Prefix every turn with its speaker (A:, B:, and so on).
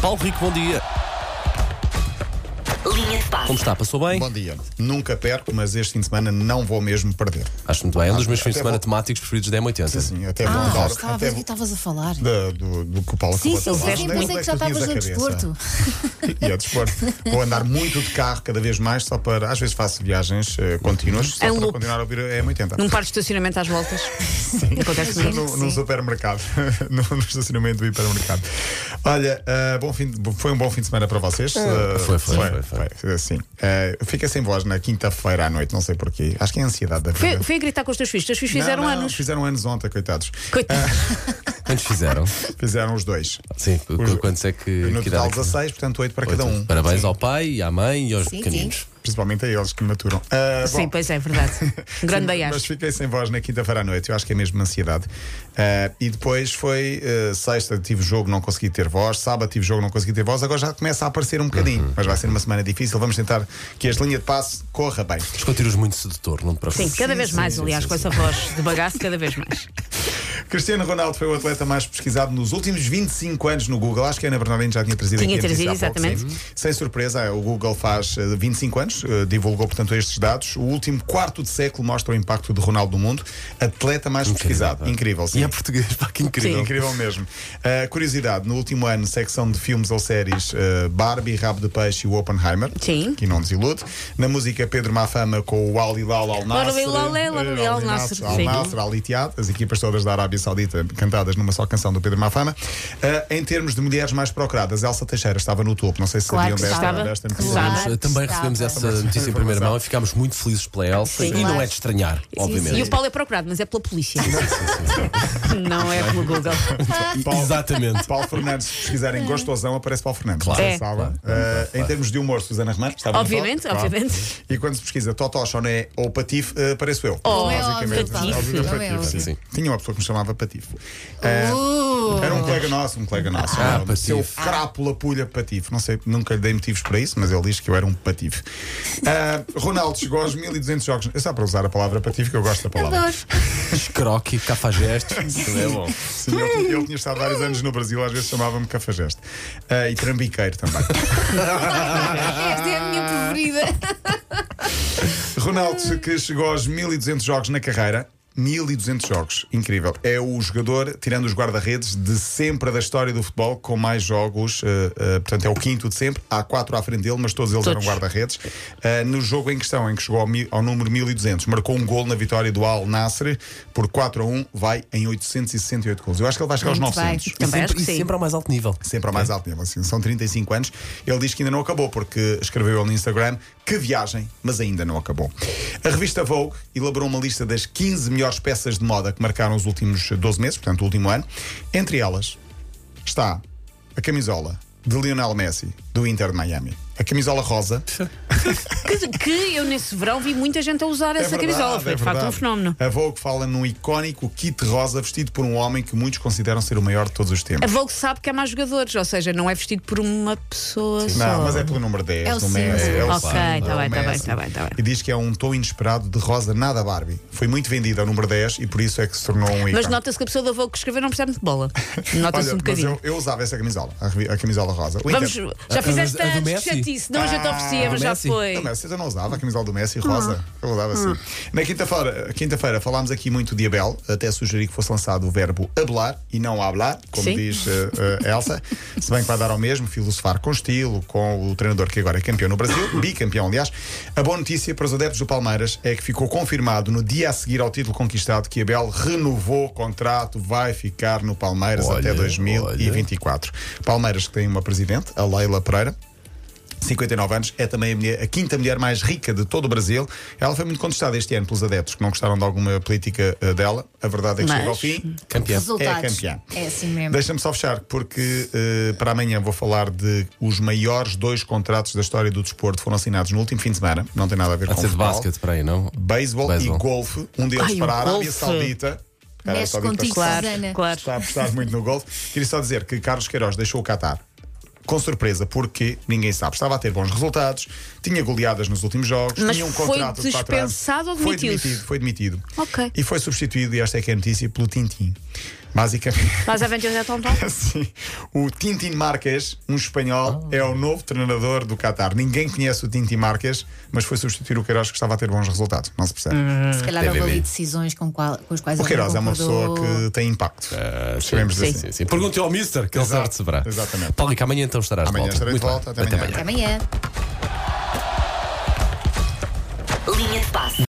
A: Paulo Rico, bom dia.
B: Linha de passe.
A: Como está? Passou bem?
C: Bom dia. Nunca perco, mas este fim de semana não vou mesmo perder.
A: Acho muito bem. É um dos meus
C: Até
A: fins de semana
C: bom.
A: temáticos preferidos da M80.
C: Sim, sim, até vou
D: Ah,
C: dar.
D: estava a ver
C: até
D: o que
C: vou-
D: estavas a falar.
C: da- do, do que o Paulo
D: Sim,
C: acabou
D: sim,
C: de falar.
D: sim,
C: Nem
D: pensei
C: sei
D: que já
C: tu tinhas
D: estavas
C: a
D: no desporto.
C: cabeça. E é desporto. Vou andar muito de carro cada vez mais, só para. Às vezes faço viagens eh, contínuas, só
D: É um
E: Em
C: para
E: loop.
C: continuar a ouvir é a M80.
E: Num parque de estacionamento às voltas. Acontece muito.
C: no, no supermercado, no, no estacionamento do hipermercado. Olha, ah, bom fim de- foi um bom fim de semana para vocês. Ah,
A: Foi, foi, foi, foi.
C: sim. Ah, fiquei sem voz na quinta-feira à noite, não sei porquê. Acho que é a ansiedade da vida.
E: Foi, foi a gritar com os teus filhos. Os teus filhos
C: Não,
E: fizeram
C: não,
E: anos.
C: Fizeram anos ontem, coitados.
E: Coitado.
A: Quantos fizeram?
C: Fizeram os dois.
A: Sim, qu- qu- quantos é que.
C: No
A: que idade
C: total
A: é que-
C: 16, portanto 8 para cada
A: Oito.
C: um.
A: Parabéns
C: Sim.
A: ao pai, e à mãe e aos
D: sim.
A: pequeninos.
C: Principalmente a eles que maturam. Ah,
E: Sim,
C: bom,
E: pois é, é verdade. Um grande
C: Sim, Mas
E: beijo.
C: fiquei sem voz na quinta-feira à noite, eu acho que é mesmo ansiedade. Ah, e depois foi ah, sexta, tive jogo, não consegui ter voz. Sábado tive jogo, não consegui ter voz. Agora já começa a aparecer um bocadinho,
A: Uhum.
C: mas vai ser uma semana difícil. Vamos tentar que esta linha de passe corra bem.
A: Mas continuas muito sedutor, não te
E: Sim,
A: preocupes.
E: cada vez
C: sim,
E: mais,
C: sim,
E: aliás,
C: sim,
E: com
C: sim.
E: essa voz de bagaço, cada vez mais.
C: Cristiano Ronaldo foi o atleta mais pesquisado nos últimos 25 anos no Google. Acho que a Ana Bernardino já tinha trazido
E: Tinha
C: aqui a notícia
E: trazido,
C: há pouco,
E: exatamente.
C: sim. Sem surpresa, o Google faz eh, 25 anos, eh, divulgou, portanto, estes dados. O último quarto de século mostra o impacto de Ronaldo no mundo. Atleta mais pesquisado. Incrível, sim.
A: E é português, pá, que incrível.
C: Incrível. Incrível mesmo. Uh, curiosidade: no último ano, secção de filmes ou séries uh, Barbie, Rabo de Peixe e o Oppenheimer.
E: Sim.
C: Que não desilude. Na música Pedro Mafama com o Ali Lal Al Nasser.
E: Lal Al Nasser,
C: eh,
E: Al Nasser,
C: Al
E: sim.
C: Nasser, Al Ittihad, as equipas todas da Arábia Saudita cantadas numa só canção do Pedro Mafama. Uh, em termos de mulheres mais procuradas, Elsa Teixeira estava no topo. Não sei se
D: Claro
C: sabiam
D: que
C: desta,
E: estava.
C: desta notícia.
D: Claro.
A: Nós, eh, também
D: Estava.
A: recebemos essa
C: Também
A: notícia em primeira
C: informação.
A: mão e ficámos muito felizes pela Elsa. E não é de estranhar, obviamente.
E: E o Paulo é procurado, mas é pela polícia. Não é pelo Google.
C: Paulo-
A: Exatamente.
C: Paulo Fernandes, se pesquisarem gostosão, aparece Paulo Fernandes.
A: Claro.
C: Vocês
E: É.
C: sabem.
A: Claro,
C: Uh, Em termos de humor, Susana Romano. estava no
E: Obviamente,
C: top.
E: obviamente.
C: E quando se pesquisa Totó, Choné ou Patife, eh, apareço eu.
E: Oh,
C: Basicamente,
E: é óbvio,
C: óbvio,
D: não é
C: Patife,
D: óbvio.
C: sim.
A: Sim.
C: Tinha uma pessoa que me chamava Patife. Eh,
E: Uh.
C: Era um colega nosso, um colega nosso.
A: Ah,
C: Chamava-me
A: Patife.
C: Seu crápula pulha Patife. Não sei, nunca lhe dei motivos para isso, mas ele diz que eu era um Patife. Eh, Ronaldo chegou aos 1200 jogos. É só para usar a palavra Patife, que eu gosto da palavra.
D: Adoro.
A: Escroque, cafajestes. Também é bom.
C: Sim, ele, tinha- ele tinha estado vários anos no Brasil, às vezes chamava-me Cafajeste. Eh, e Trambiqueiro também.
D: Esta é a minha preferida.
C: Ronaldo, que chegou aos 1200 jogos na carreira. 1200 jogos, incrível. É o jogador, tirando os guarda-redes, de sempre da história do futebol, com mais jogos. eh, eh, portanto, é o quinto de sempre. Há quatro à frente dele, mas todos eles eram
E: Todos.
C: guarda-redes. Eh, no jogo em questão, em que chegou ao, mi- ao número 1200, marcou um gol na vitória do Al Nasser por 4 a 1, vai em 868 gols. Eu acho que ele vai chegar aos
D: Muito bem.
C: 900
A: E
E: Também acho
A: sempre,
E: que
A: e
E: sim.
A: sempre ao mais alto nível.
C: sempre ao mais alto nível, assim, são 35 anos. Ele diz que ainda não acabou, porque escreveu ele no Instagram que viagem, mas ainda não acabou. A revista Vogue elaborou uma lista das 15 melhores peças de moda que marcaram os últimos 12 meses, portanto, o último ano. Entre elas está a camisola de Lionel Messi, do Inter de Miami, a camisola rosa.
E: Que, que eu nesse verão vi muita gente a usar essa camisola. Foi de facto um
C: É verdade.
E: fenómeno.
C: A Vogue fala num icónico kit rosa vestido por um homem que muitos consideram ser o maior de todos os
E: A
C: tempos.
E: Vogue sabe que há mais jogadores, ou seja, não é vestido por uma pessoa só.
C: Não, mas é pelo número 10
D: É o
C: do Messi.
D: símbolo.
C: é o símbolo,
E: Ok, tá
C: é o
E: bem, tá bem,
C: Messi.
E: tá bem, tá bem.
C: E diz que é um tom inesperado de rosa nada Barbie. Foi muito vendido ao número 10 e por isso é que se tornou um ícone.
A: Então.
E: Mas nota-se que a pessoa da Vogue que escreveu não percebe muito de bola.
C: Olha,
E: Nota-se um
C: mas
E: bocadinho.
C: eu, eu usava essa camisola, a, revi- a camisola rosa. O
E: Vamos,
C: Inter-
E: já fizeste
A: a do
E: tantos, que
A: Messi? Ah,
E: chatice. Não, eu já te oferecia,
A: do
E: mas já
A: Messi? é-
E: foi. Hum.
C: Não, mas eu não usava a camisola do Messi rosa. Eu usava assim. Na quinta-feira quinta falámos aqui muito de Abel. Até sugeri que fosse lançado o verbo hablar e não hablar, como
E: Sim.
C: diz eh, eh, Elsa. Se bem que vai dar ao mesmo, filosofar com estilo, com o treinador que agora é campeão no Brasil, bicampeão, aliás. A boa notícia para os adeptos do Palmeiras é que ficou confirmado no dia a seguir ao título conquistado que Abel renovou o contrato, vai ficar no Palmeiras
A: Olha,
C: até 2024. Palmeiras que tem uma presidente, a Leila Pereira. 59 anos, é também a, mulher- a quinta mulher mais rica de todo o Brasil. Ela foi muito contestada este ano pelos adeptos que não gostaram de alguma política eh, dela. A verdade é que
E: Mas-
C: chegou ao fim.
A: Campeão.
D: Resultados.
C: É campeã.
D: É assim mesmo.
C: Deixa-me só fechar, porque eh, para amanhã vou falar de os maiores dois contratos da história do desporto foram assinados no último fim de semana. Não tem nada a ver
A: Há de
C: com
A: ser de
C: futebol.
A: basquete para aí, não?
C: Beisebol e
A: Beisebol.
C: golfe. Um deles
E: Ai, o
C: para a Arábia
E: golfe.
C: Saudita. A Arábia
D: Mexe
C: Saudita
D: contigo,
C: está-
E: Claro,
D: Susana.
E: claro.
C: está a apostar muito no golfe. Queria só dizer que Carlos Queiroz deixou o Qatar. Com surpresa, porque ninguém sabe. Estava a ter bons resultados, tinha goleadas nos últimos jogos,
E: Mas
C: tinha um
E: foi
C: contrato de quatro anos.
E: dispensado ou
C: Foi
E: demitiu-se?
C: demitido, foi demitido.
E: Ok.
C: E foi substituído, e esta é que é a notícia, pelo Tintim. Basicamente.
E: Mas a Aventura é tão tão.
C: Sim. O Tintin Marques, um espanhol,
A: Ah.
C: é o novo treinador do Qatar. Ninguém conhece o Tintin Marques, mas foi substituir o Queiroz que estava a ter bons resultados. Não se percebe.
A: Ah,
B: Se calhar
A: Deve
B: houve ali
A: haver.
B: decisões com, qual- com as quais
C: O
B: ele
C: Queiroz
B: não
C: é uma pessoa
B: concordou.
C: que tem impacto.
A: Ah, sim,
C: Percebemos
A: sim,
C: assim.
A: sim, sim. Pergunte ao Mister, que ele
C: Exato,
A: sabe de saberá.
C: exatamente.
A: Paulo, que amanhã então estarás
C: Amanhã
A: de volta.
C: estarei de
A: Muito bem.
C: volta. Até amanhã.
B: Até amanhã.
F: Linha de passe.